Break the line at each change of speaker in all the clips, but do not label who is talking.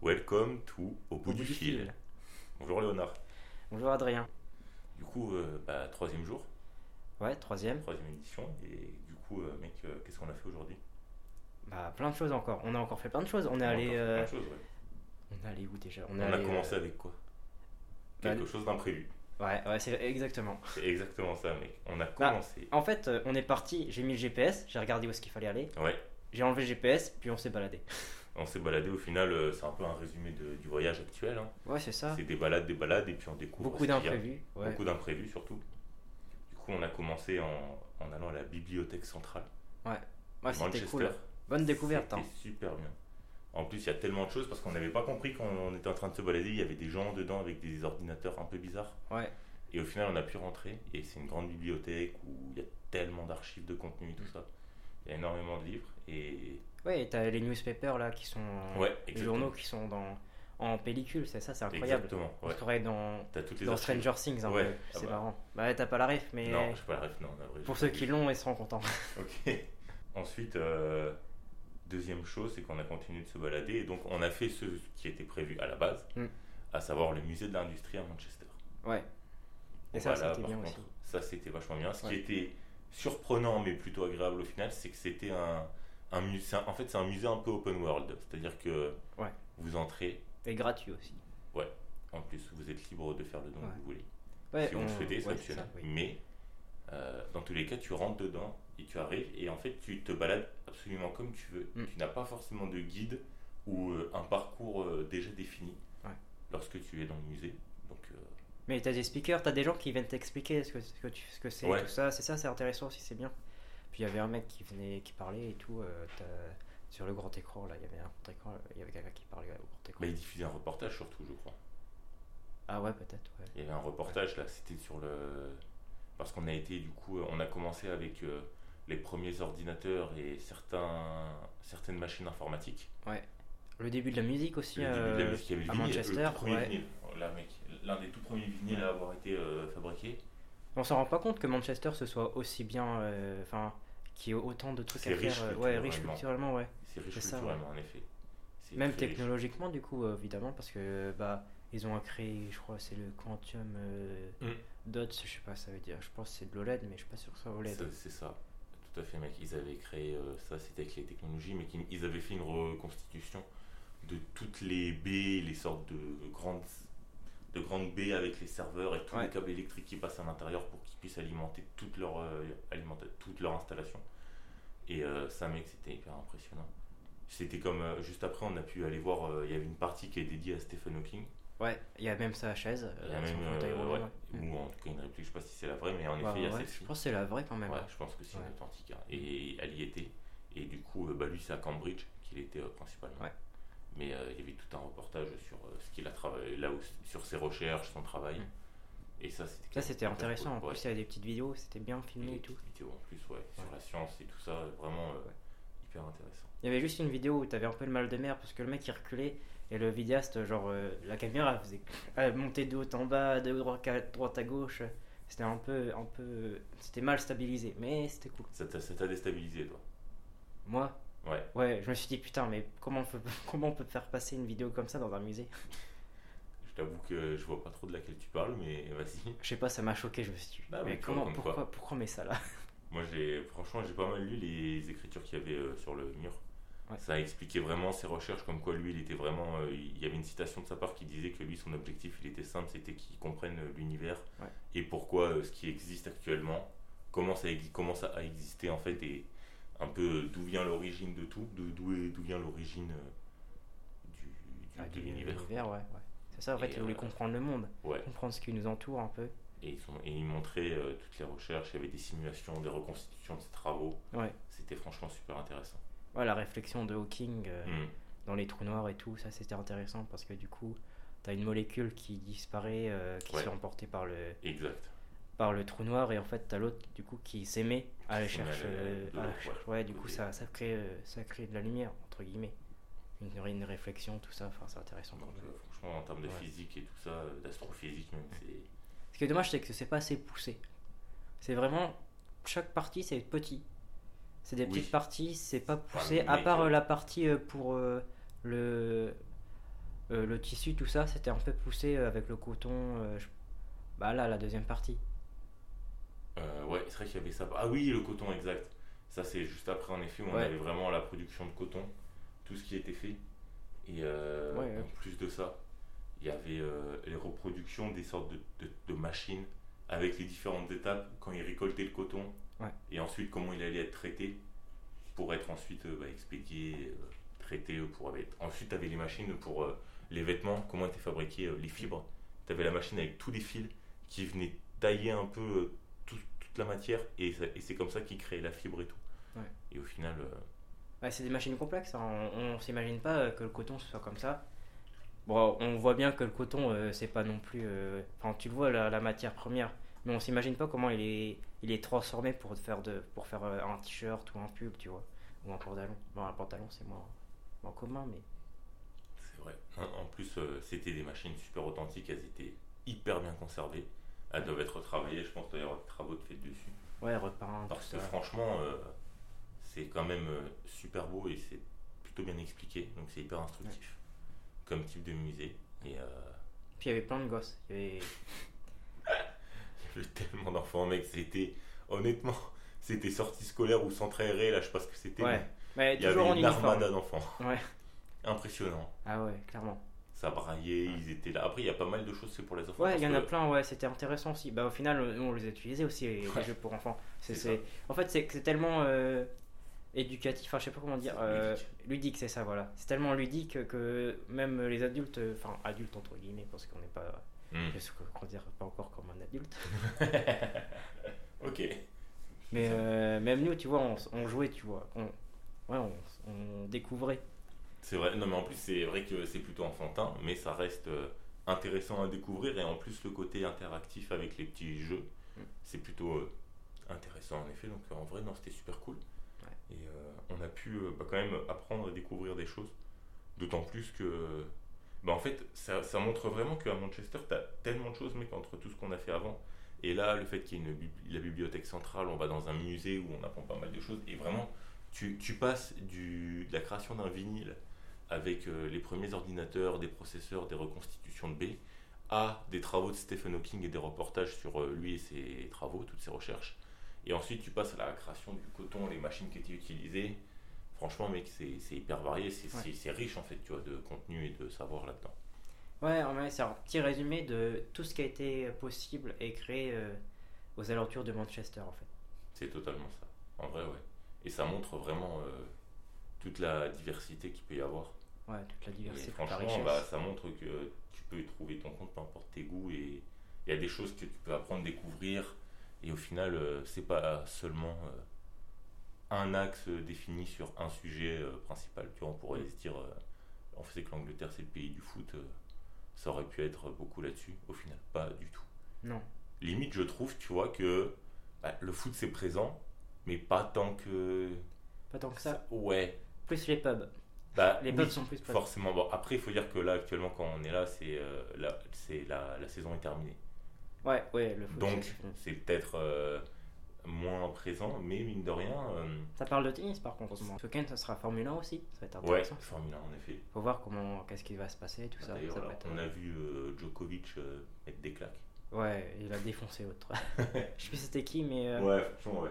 Welcome to Au bout du fil. Bonjour Léonard.
Bonjour Adrien.
Du coup, euh, bah, troisième jour,
Ouais, troisième.
troisième édition. Et du coup, euh, mec, euh, qu'est-ce qu'on a fait aujourd'hui
Bah plein de choses encore. On a encore fait plein de choses. On est
a
allé,
encore fait
euh,
plein de choses, ouais.
on est allé où déjà
On
est
a
allé, euh,
commencé avec quoi
bah,
Quelque chose d'imprévu.
euh, Ouais, ouais, c'est exactement.
C'est exactement ça, mec. On a
Bah,
commencé.
En fait, euh, on est parti. J'ai mis le GPS. J'ai regardé où est-ce qu'il fallait aller.
Ouais.
J'ai enlevé le GPS, puis on s'est baladé.
On s'est baladé au final, euh, c'est un peu un résumé de- du voyage actuel. hein.
Ouais, c'est ça.
C'est des balades, des balades, et puis on découvre.
Ah. Beaucoup
ce qu'il y a.
d'imprévus. Ouais.
Beaucoup d'imprévus surtout. Du coup, on a commencé en, en allant à la bibliothèque centrale.
Ouais,
de
Ah, c'était
Manchester.
cool. Bonne découverte. hein.
C'était super bien. En plus, il y a tellement de choses parce qu'on n'avait pas compris quand on était en train de se balader. Il y avait des gens dedans avec des ordinateurs un peu bizarres.
Ouais.
Et au final, on a pu rentrer. Et c'est une grande bibliothèque où il y a tellement d'archives de contenu et tout ça. Il y a énormément de livres. Et.
Ouais, et t'as les newspapers là qui sont. euh,
Ouais,
les journaux qui sont dans en pellicule. C'est ça, c'est incroyable.
Exactement.
On
Ouais.
se croirait dans
T'as toutes les
dans
archives.
Stranger Things. un
Ouais.
peu.
Ah
C'est
bah.
marrant. Bah ouais, t'as pas la ref, mais
Non, je sais pas la ref, non, la vraie,
pour
j'ai pas
ceux
vu.
qui l'ont, ils seront contents.
Ok. Ensuite, euh, deuxième chose, c'est qu'on a continué de se balader. Et donc, on a fait ce qui était prévu à la base,
Mm.
à savoir le musée de l'industrie à Manchester.
Ouais. Et ça,
Voilà,
c'était
par
bien
contre,
aussi.
Ça, c'était vachement bien. Ce qui
Ouais.
était surprenant, mais plutôt agréable au final, c'est que c'était un, un musée. En fait, c'est un musée un peu open world. C'est-à-dire que
Ouais.
vous entrez,
Et gratuit aussi.
en plus, vous êtes libre de faire le don
Ouais.
que vous voulez.
Ouais,
si vous le
on-
souhaitez, c'est
ouais,
optionnel.
ça, oui.
Mais euh, dans tous les cas, tu rentres dedans et tu arrives et en fait, tu te balades absolument comme tu veux.
Mm.
Tu n'as pas forcément de guide ou euh, un parcours euh, déjà défini
Ouais.
lorsque tu es dans le musée. Donc, euh,
Mais t'as des speakers, t'as des gens qui viennent t'expliquer ce que, ce que tu- ce que c'est,
Ouais.
tout ça. C'est ça, c'est intéressant aussi, c'est bien. Puis il y avait un mec qui venait, qui parlait et tout. euh, t'as- sur le grand écran, là, il y avait un grand écran, il y avait quelqu'un qui parlait au grand écran.
bah, ils diffusaient un reportage surtout, je crois.
Ah ouais, peut-être, ouais.
Il y avait un reportage là, c'était sur le. Parce qu'on a été, du coup, euh, on a commencé avec euh, les premiers ordinateurs et certains, certaines machines informatiques.
Le début de la musique aussi.
Le début de la
euh,
musique, il y avait le
à
vinyle,
Manchester,
le tout premier
ouais.
vinyle. Là, mec, l'un des tout premiers vinyles à avoir été euh, fabriqué.
On s'en rend pas compte que Manchester se soit aussi bien. euh, Enfin, qu'il y ait autant de trucs
C'est
à
riche
faire. euh, ouais, riche
culturellement.
culturellement, ouais.
C'est riche
C'est ça,
culturellement, en effet. C'est
Même
très riche.
technologiquement, du coup, euh, évidemment, parce que bah, ils ont créé, je crois, c'est le Quantum euh,
Mm.
Dots, je sais pas, ça veut dire. Je pense que c'est de l'OLED, mais je suis pas sûr que ça soit E OLED.
Ça, C'est ça. Tout à fait, mec. Ils avaient créé euh, ça, c'était avec les technologies, mais qu'ils- ils avaient fait une reconstitution de toutes les baies, les sortes de grandes, de grandes baies avec les serveurs et tous
Ouais.
les câbles électriques qui passent à l'intérieur pour qu'ils puissent alimenter toute leur, euh, alimenter toute leur installation. Et euh, ça, mec, c'était hyper impressionnant. C'était comme euh, juste après, on a pu aller voir. euh, Il y avait une partie qui est dédiée à Stephen Hawking.
Ouais, il y a même sa chaise. euh,
Il y a
son
même,
fauteuil
euh,
roulant,
ouais,
ouais.
ou en tout cas une réplique, je sais pas si c'est la vraie, mais en
Ouais,
effet, il y a
ouais,
celle-ci.
je pense que c'est la vraie quand même.
Ouais, je pense que c'est une
Ouais.
authentique. hein. Et elle y était. Et du coup, euh, bah, lui, c'est à Cambridge qu'il était euh, principalement.
Ouais.
Mais euh, il y avait tout un reportage sur euh, ce qu'il a travaillé, là où, sur ses recherches, son travail.
Mm.
Et ça, c'était.
Ça, c'était
hyper
intéressant. En
cool, ouais. Mm.
plus, il y avait des petites vidéos, c'était bien
Et
filmé
les
et tout.
petites vidéos en plus, ouais, sur la science et tout ça, euh, vraiment euh,
Ouais.
hyper intéressant.
Il y avait juste une vidéo où t'avais un peu le mal de mer parce que le mec il reculait et le vidéaste, genre euh, la caméra elle faisait elle montait de haut en bas, de droite à, droite à gauche. C'était un peu, un peu, c'était mal stabilisé, mais c'était cool.
Ça t'a ça t'a déstabilisé, toi
Moi,
Ouais.
ouais, je me suis dit putain, mais comment on peut, comment on peut faire passer une vidéo comme ça dans un musée
Je t'avoue que je vois pas trop de laquelle tu parles, mais vas-y.
Je sais pas, ça m'a choqué, je me suis dit,
Bah, mais
mais
tu
comment,
racontes
pourquoi,
quoi
pourquoi on met ça là
Moi, j'ai franchement, j'ai pas mal lu les écritures qu'il y avait euh, sur le mur.
Ouais.
Ça expliquait vraiment ses recherches, comme quoi lui, il était vraiment. euh, il y avait une citation de sa part qui disait que lui, son objectif, il était simple, c'était qu'il comprenne euh, l'univers
Ouais.
et pourquoi euh, ce qui existe actuellement commence à, exi- commence à exister en fait et un peu euh, d'où vient l'origine de tout, de- d'où est- d'où vient l'origine euh, du, du-
Ah,
de
du-
l'univers.
l'univers, ouais, ouais. C'est ça, en fait,
Et,
il voulait
euh,
comprendre le monde,
Ouais.
comprendre ce qui nous entoure un peu.
Et, ils sont- et il montrait euh, toutes les recherches, il y avait des simulations, des reconstitutions de ses travaux.
Ouais.
C'était franchement super intéressant.
Ouais, la réflexion de Hawking euh,
Hmm.
dans les trous noirs et tout, ça c'était intéressant parce que du coup, t'as une molécule qui disparaît, euh, qui
Ouais.
se fait emporter par le,
Exact.
par le trou noir et en fait t'as l'autre du coup qui s'émet à la
Qui s'émet à
cherche.
la-
euh,
de
à la
l'autre,
cherche-
ouais.
Ouais, du coup,
Côté.
ça, ça, crée, euh, ça crée de la lumière, entre guillemets. Une, une réflexion, tout ça, enfin, c'est intéressant.
Donc, euh, franchement, en termes de
Ouais.
physique et tout ça, euh, d'astrophysique même, c'est.
Ce qui est dommage, c'est que c'est pas assez poussé. C'est vraiment. Chaque partie, c'est petit. C'est des
Oui.
petites parties, c'est pas
Enfin,
poussé. euh,
mais
à
mec,
part
euh,
euh, la partie euh, pour euh, le. euh, le tissu, tout ça, c'était un peu poussé euh, avec le coton. euh, je- Bah là, la deuxième partie.
Euh, ouais, c'est vrai qu'il y avait ça. Ah oui, le coton, exact. Ça, c'est juste après, en effet, où on
Ouais.
avait vraiment la production de coton, tout ce qui était fait. Et euh,
Ouais, ouais.
en plus de ça, il y avait euh, les reproductions des sortes de, de- de machines avec les différentes étapes, quand il récoltait le coton,
Ouais.
et ensuite comment il allait être traité pour être ensuite euh, bah, expédié, euh, traité. euh, Pour être... Ensuite, tu avais les machines pour euh, les vêtements, comment étaient fabriqués euh, les fibres. Tu avais la machine avec tous les fils qui venaient tailler un peu euh, tout- toute la matière, et, ça- et c'est comme ça qu'ils créaient la fibre et tout.
Ouais.
Et au final, euh,
Ouais, c'est des machines complexes, hein. on, on s'imagine pas euh, que le coton ce soit comme ça. Bon, on voit bien que le coton, euh, c'est pas non plus. euh, Enfin, tu le vois, la, la matière première, mais on s'imagine pas comment il est, il est transformé pour faire, de, pour faire euh, un t-shirt ou un pull, tu vois, ou un pantalon. Bon, un pantalon, c'est moins, moins commun, mais.
C'est vrai. En- En plus, euh, c'était des machines super authentiques, elles étaient hyper bien conservées. Elles doivent être travaillées, je pense qu'il doit y avoir des travaux de fait dessus.
Ouais, repeint, tout
Parce que
ça.
franchement, euh, c'est quand même euh, super beau et c'est plutôt bien expliqué, donc c'est hyper instructif comme type de musée. Et euh,
Puis il y avait plein de gosses. Il y avait...
il y avait tellement d'enfants, mec, c'était honnêtement, c'était sortie scolaire ou centre aéré, là je sais pas ce que c'était.
Ouais,
mais
mais
Il y avait
toujours en
une
uniforme.
armada d'enfants.
Ouais.
Impressionnant.
Ah ouais, clairement.
Ça braillait,
Ouais.
ils étaient là. Après, il y a pas mal de choses, c'est pour les enfants.
Ouais,
parce
il y en a
que-
plein, ouais, c'était intéressant aussi. Bah, au final, euh, nous, on les a utilisés aussi, les, les
Ouais.
jeux pour enfants. C'est,
C'est
c'est- En fait, c'est, c'est tellement euh, éducatif, enfin, je sais pas comment dire.
C'est
euh,
ludique.
ludique. c'est ça, voilà. C'est tellement ludique que même les adultes, euh, enfin, adultes entre guillemets, parce qu'on n'est pas.
Hmm.
Je sais pas comment dire, pas encore comme un adulte.
ok.
Mais
ça.
euh, même nous, tu vois, on, s- on jouait, tu vois. On, ouais, on, s- on découvrait.
C'est vrai, non mais en plus c'est vrai que c'est plutôt enfantin, mais ça reste euh, intéressant à découvrir et en plus le côté interactif avec les petits jeux,
Mm.
c'est plutôt euh, intéressant en effet. Donc euh, en vrai, non, c'était super cool. Et euh, on a pu euh, bah, quand même apprendre et découvrir des choses, d'autant plus que, bah, en fait, ça, ça montre vraiment qu'à Manchester, t'as tellement de choses, mec, entre tout ce qu'on a fait avant. Et là, le fait qu'il y ait une bibli- la bibliothèque centrale, on va dans un musée où on apprend pas mal de choses. Et vraiment, tu, tu passes du, de la création d'un vinyle avec euh, les premiers ordinateurs, des processeurs, des reconstitutions de B, à des travaux de Stephen Hawking et des reportages sur euh, lui et ses travaux, toutes ses recherches. Et ensuite, tu passes à la création du coton, les machines qui étaient utilisées. Franchement, mec, c'est c'est hyper varié, c'est
Ouais.
c'est- c'est riche en fait, tu vois, de contenu et de savoir là-dedans.
Ouais, en vrai, c'est un petit résumé de tout ce qui a été possible et créé euh, aux alentours de Manchester, en fait.
C'est totalement ça. En vrai, ouais. Et ça montre vraiment euh, toute la diversité qu'il peut y avoir.
Ouais, toute la
Et
diversité, toute la
franchement,
richesse.
bah, ça montre que tu peux y trouver ton compte, peu importe tes goûts. Et il y a des choses que tu peux apprendre, découvrir. Et au final, euh, c'est pas seulement euh, un axe défini sur un sujet euh, principal. Tu vois, on pourrait se dire, euh, on sait que l'Angleterre, c'est le pays du foot. euh, ça aurait pu être beaucoup là-dessus. Au final, pas du tout.
Non.
Limite, je trouve, tu vois, que bah, le foot, c'est présent, mais pas tant que.
Pas tant que ça.
Ouais.
Plus les pubs.
Bah,
Les
oui,
pubs sont plus présents.
Forcément. Bon, après, il faut dire que là, actuellement, quand on est là, c'est euh, la, c'est la, la saison est terminée.
Ouais, ouais, le foot.
Donc,
c'est- c'est-
c'est peut-être euh, moins présent, mais mine de rien, euh,
Ça parle de tennis par contre. en ce moment. Ce week-end, ça sera Formule 1 aussi. Ça va être
ouais,
intéressant.
Formule 1, en effet.
Faut voir comment, qu'est-ce qui va se passer, tout ça.
Ah, D'ailleurs,
ça va
là,
être-
on a vu euh, Djokovic euh, mettre des claques.
Ouais, il a défoncé l'autre. Je sais plus c'était qui, mais euh,
Ouais, franchement, ouais.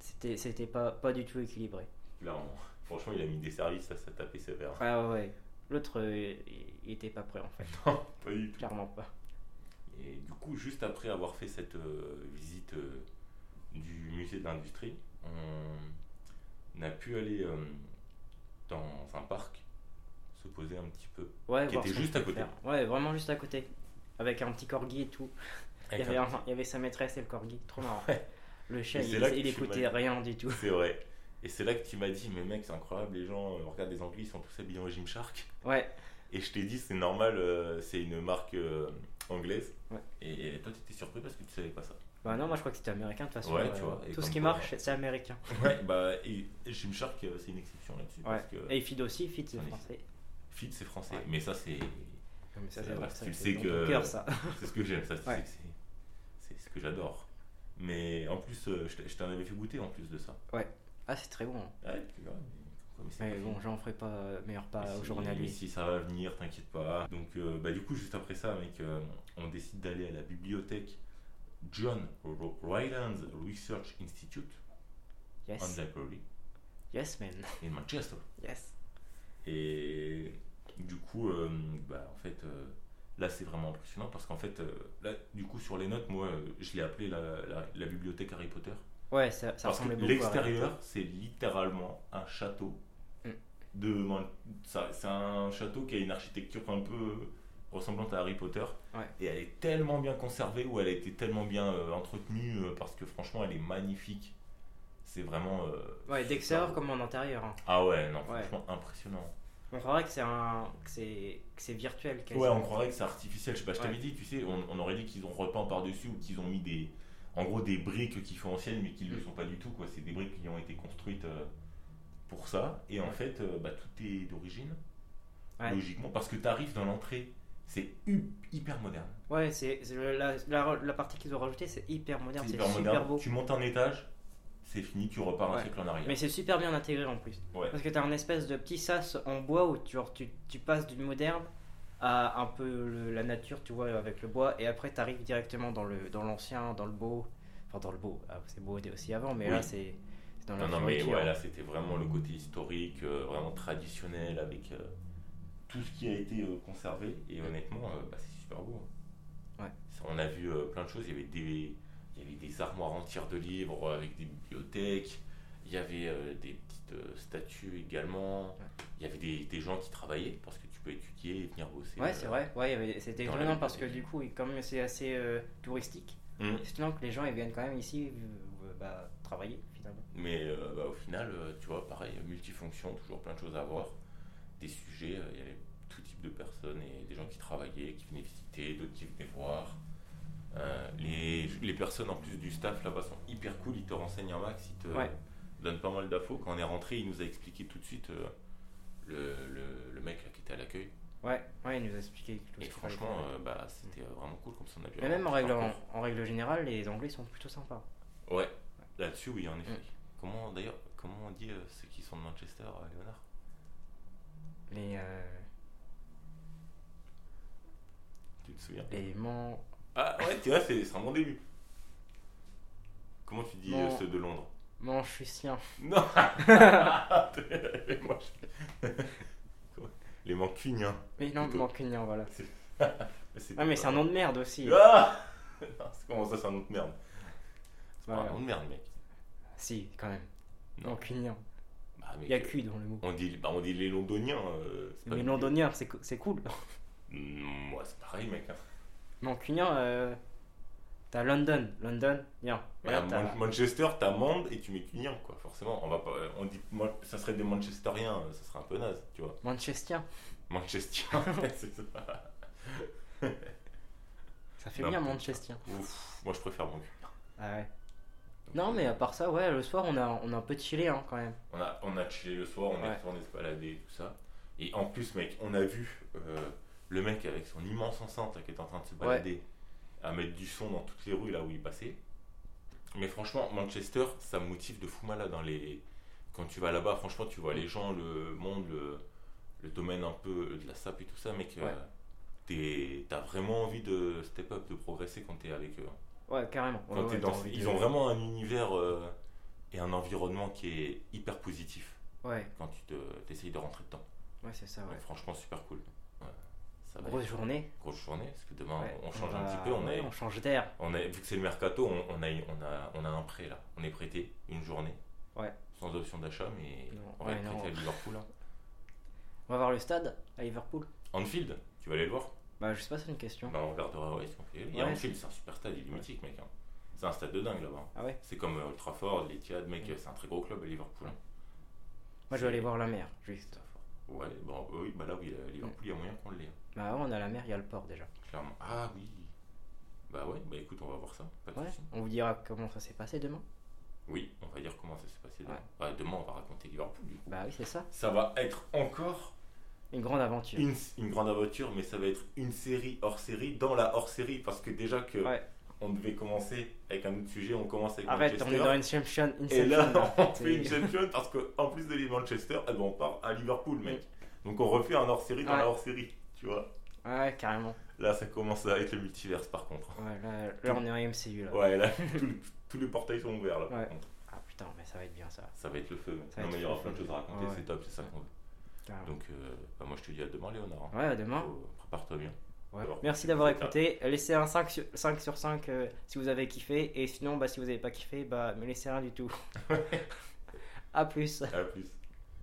c'était, c'était pas, pas du tout équilibré.
Clairement. Franchement, il a mis des services, ça, ça tapait sévère.
Ah ouais. L'autre, euh, il il était pas prêt en fait.
Non, pas du tout.
Clairement pas.
Et du coup, juste après avoir fait cette euh, visite euh, du musée de l'industrie, on a pu aller euh, dans un parc se poser un petit peu.
Ouais,
Qui
voir
était
ce qu'on
juste
peut
à côté.
faire. Ouais, vraiment juste à côté. Avec un petit corgi et tout. Il y,
Avec
avait
un-
un- il y avait sa maîtresse et le corgi. Trop marrant.
Ouais.
Le chien,
c'est
il,
là que
il
tu
écoutait
m'as-
rien du tout.
C'est vrai. Et c'est là que tu m'as dit, mais mec, c'est incroyable, les gens, euh, regarde les Anglais, ils sont tous habillés en gym shark.
Ouais,
Et je t'ai dit, c'est normal, euh, c'est une marque euh, anglaise.
Ouais.
Et toi, t'étais surpris parce que tu savais pas ça.
Bah non, moi je crois que c'était américain de toute façon. Euh,
Ouais, tu vois, et
Tout ce
comme
qui
quoi-
marche, c'est américain.
Ouais, bah, et Gymshark, euh, c'est une exception là-dessus. Parce que
Et Fid aussi, Fid c'est
On est-
français.
Fit, c'est français.
Ouais.
Mais ça, c'est.
Comme ça,
C'est
c'est
vrai,
ça,
tu le
c'est
sais
dans
que-
ton cœur, ça.
C'est ce que j'aime, ça, tu
Ouais.
sais que c'est c'est ce que j'adore. Mais en plus, euh, je t'ai- je t'en avais fait goûter en plus de ça.
Ah, c'est très bon.
Ouais, tu vois, mais comme quoi, quoi, mais c'est
Mais
pas
bon,
fini.
j'en ferai pas euh, meilleur pas
Mais
au
si- mais
journaliste.
Si ça va venir, t'inquiète pas. Donc, euh, bah, du coup, juste après ça, mec, euh, on décide d'aller à la bibliothèque John Ro- Rylands Research Institute and
Yes.
Library
Yes, man.
in Manchester.
Yes.
Et du coup, euh, bah, en fait, euh, là, c'est vraiment impressionnant parce qu'en fait, euh, là, du coup, sur les notes, moi, euh, je l'ai appelé la, la- la bibliothèque Harry Potter.
Ouais, ça, ça
parce que
ressemblait beaucoup à
l'extérieur, c'est littéralement un château.
Mm.
De, Man- ça- c'est un château qui a une architecture un peu ressemblante à Harry Potter.
Ouais.
Et elle est tellement bien conservée ou elle a été tellement bien euh, entretenue euh, parce que franchement, elle est magnifique. C'est vraiment. euh,
Ouais,
super
d'extérieur
beau.
comme en intérieur. hein.
Ah ouais, non,
Ouais.
franchement, impressionnant.
On croirait que c'est un... que c'est que c'est virtuel. quasi.
Ouais, on croirait que c'est artificiel. Je, sais pas, je
Ouais.
t'avais dit, tu sais, on, on aurait dit qu'ils ont repeint par-dessus ou qu'ils ont mis des. En gros, des briques qui font anciennes, mais qui ne le
Mm.
sont pas du tout, quoi. C'est des briques qui ont été construites euh, pour ça. Et en
Ouais.
fait, euh, bah, tout est d'origine,
Ouais.
logiquement, parce que t'arrives dans l'entrée. C'est hu- hyper moderne.
Ouais, c'est c'est le- la, la, la partie qu'ils ont rajoutée, c'est hyper moderne,
C'est
c'est
hyper
super
moderne.
beau.
Tu montes un étage, c'est fini, tu repars un
Ouais.
siècle en arrière.
Mais c'est super bien intégré en plus.
Ouais.
Parce que t'as un espèce de petit sas en bois où tu, genre, tu, tu passes du moderne à un peu le- la nature, tu vois, avec le bois, et après t'arrives directement dans le dans l'ancien, dans le beau, enfin dans le beau. Ah, c'est beau aussi avant, mais
Oui.
là c'est c'est dans la
Non, non, mais
fioriture.
ouais, là, c'était vraiment le côté historique, euh, vraiment traditionnel, avec euh, tout ce qui a été euh, conservé. Et honnêtement, euh, bah, c'est super beau. hein.
Ouais.
Ça, On a vu euh, plein de choses. Il y avait des, il y avait des armoires entières de livres euh, avec des bibliothèques. Il y avait euh, des petites euh, statues également. Il y avait des, des gens qui travaillaient parce que tu peux étudier et venir bosser. euh,
Ouais, c'est vrai. Ouais, il y avait- c'était
dans la
étonnant parce que du
bibliothèque.
coup, il- comme c'est assez euh, touristique,
Mm.
c'est étonnant que les gens ils viennent quand même ici euh, bah, travailler finalement.
Mais euh, bah, au final, euh, tu vois, pareil, multifonction, toujours plein de choses à voir. Des sujets, euh, il y avait tout type de personnes et des gens qui travaillaient, qui venaient visiter, d'autres qui venaient voir. Euh, les, les personnes en plus du staff là-bas sont hyper cool, ils te renseignent un max, ils te
Ouais.
donnent pas mal d'infos. Quand on est rentré, il nous a expliqué tout de suite euh, le, le- le mec là, qui était à l'accueil.
Ouais, ouais, il nous a expliqué tout
Et
ce qu'il fallait
franchement,
faire.
euh, bah, c'était euh, vraiment cool comme ça on a pu
Mais
avoir
même en
tout
règle, en,
parcours.
en règle générale, les Anglais sont plutôt sympas.
Ouais, là-dessus, oui, en effet.
Mm.
Comment d'ailleurs, comment on dit euh, ceux qui sont de Manchester, euh, Léonard
Les, euh,
Tu te souviens
les man-
Ah ouais, tu vois, c'est c'est un bon début. Comment tu dis
Non.
euh, ceux de Londres
Manchusiens.
Non Les manches. Les mancuniens.
Mais non,
Plutôt.
mancunien, voilà.
C'est-
Ah, mais c'est un nom de merde aussi.
Ah Non, c'est- Comment ça, c'est un nom de merde C'est pas
Voilà.
un nom de merde, mec.
Si, quand même.
Non.
Mancunien.
Bah, mec,
Il y a
euh,
cul dans le mot.
on dit, bah, on dit les londoniens. euh, c'est pas
Mais
du-
londonien, c'est co- c'est cool.
Mm, ouais, c'est pareil, mec. hein.
Mancunien, euh, t'as London. London, bien. Mais là,
Bah,
t'as-
Man- Manchester, t'amendes et tu mets cunien, quoi. Forcément, on va pas. euh, On dit, man- ça serait des Manchesteriens, euh, ça serait un peu naze, tu vois.
Manchestien.
Manchester, c'est ça.
Ça fait
Non,
bien
putain.
Manchestien.
Ouf, moi je préfère mon cul.
Ah ouais. Non, mais euh, à part ça, ouais, le soir, on a, on a un peu chillé hein, quand même.
On a, on a chillé le soir, on
Ouais.
est retourné se balader, tout ça. Et en plus, mec, on a vu euh, le mec avec son immense enceinte là, qui est en train de se balader à mettre du son dans toutes les rues là où il passait. Mais franchement, Manchester, ça me motive de fou malade. hein, les... Quand tu vas là-bas, franchement, tu vois les gens, le monde, le, le domaine un peu de la SAP et tout ça, mec. euh,
Ouais.
t'es- T'as vraiment envie de step up, de progresser quand t'es avec eux. hein.
Ouais, carrément.
Quand
Ouais,
t'es
ouais,
dans-
t'as envie
ils
de-
ont vraiment un univers euh, et un environnement qui est hyper positif
Ouais,
quand tu te- t'essayes de rentrer dedans.
ouais, c'est ça, Ah ouais.
Donc, franchement, super cool. Ouais, ça va
Grosse
être-
journée.
grosse journée, parce que demain,
Ouais,
on change
va-
un petit peu. On
Bah, ouais,
a,
on change d'air.
on a- vu que c'est le mercato, on, on a, on, a, on a un prêt là. On est prêté une journée.
Ouais.
Sans option d'achat, mais
Non,
on va
ouais,
être
non.
prêté à Liverpool. hein.
On va voir le stade à Liverpool.
Anfield, tu vas aller le voir
Bah, je sais pas, c'est une question.
Bah, On regardera. Ouais, ce qu'on fait. Et
Ouais,
Anfield, c'est un super stade, il est mythique, mec. hein. C'est un stade de dingue là-bas.
Ah ouais
C'est comme Ultra Ford, l'Etihad, mec, c'est un très gros club à Liverpool. hein.
Moi, je vais aller voir la mer, juste.
Ouais, bon, oui, bah là, oui, euh, Liverpool, il y a moyen qu'on l'ait, hein,
Bah, ouais, on a la mer, il y a le port déjà.
clairement. Ah oui Bah ouais, bah écoute, on va voir ça, pas de
Ouais.
soucis.
On vous dira comment ça s'est passé demain.
Oui, on va dire comment ça s'est passé demain.
Ouais.
Bah, demain, on va raconter Liverpool, du coup.
Bah oui, c'est ça.
Ça va être encore
Une grande aventure.
une, une grande aventure, mais ça va être une série hors série dans la hors série, parce que déjà que
Ouais.
on devait commencer avec un autre sujet, on commence avec
Arrête, on
Manchester.
est dans Inception.
Et
Inception,
là, on
c'est-
fait une champion parce qu'en plus de les Manchester, eh ben, on part à Liverpool, mec. Donc on refait un hors-série dans
Mm. Ouais.
la hors-série, tu vois.
Ouais, carrément.
Là, ça commence à être le multiverse, par contre.
Ouais, là, là, on est en MCU. Là.
Ouais, là, tous- tous les portails sont ouverts, là, par
Ouais.
contre.
Ah putain, mais ça va être bien ça.
Ça va être le feu, mec.
Ça va
non,
être
mais il y
le
aura
feu.
plein de choses à raconter,
Ouais.
c'est top, c'est ça qu'on veut.
Carrément.
Donc, euh, bah, moi, je te dis à demain, Léonard. hein.
Ouais, à demain.
Faut- Prépare-toi bien.
Ouais.
Alors,
Merci
c'est
d'avoir
plus
écouté. Laissez un 5 sur 5, sur 5 euh, si vous avez kiffé. Et sinon, bah, si vous n'avez pas kiffé, bah, me laissez rien du tout. à plus.
À plus.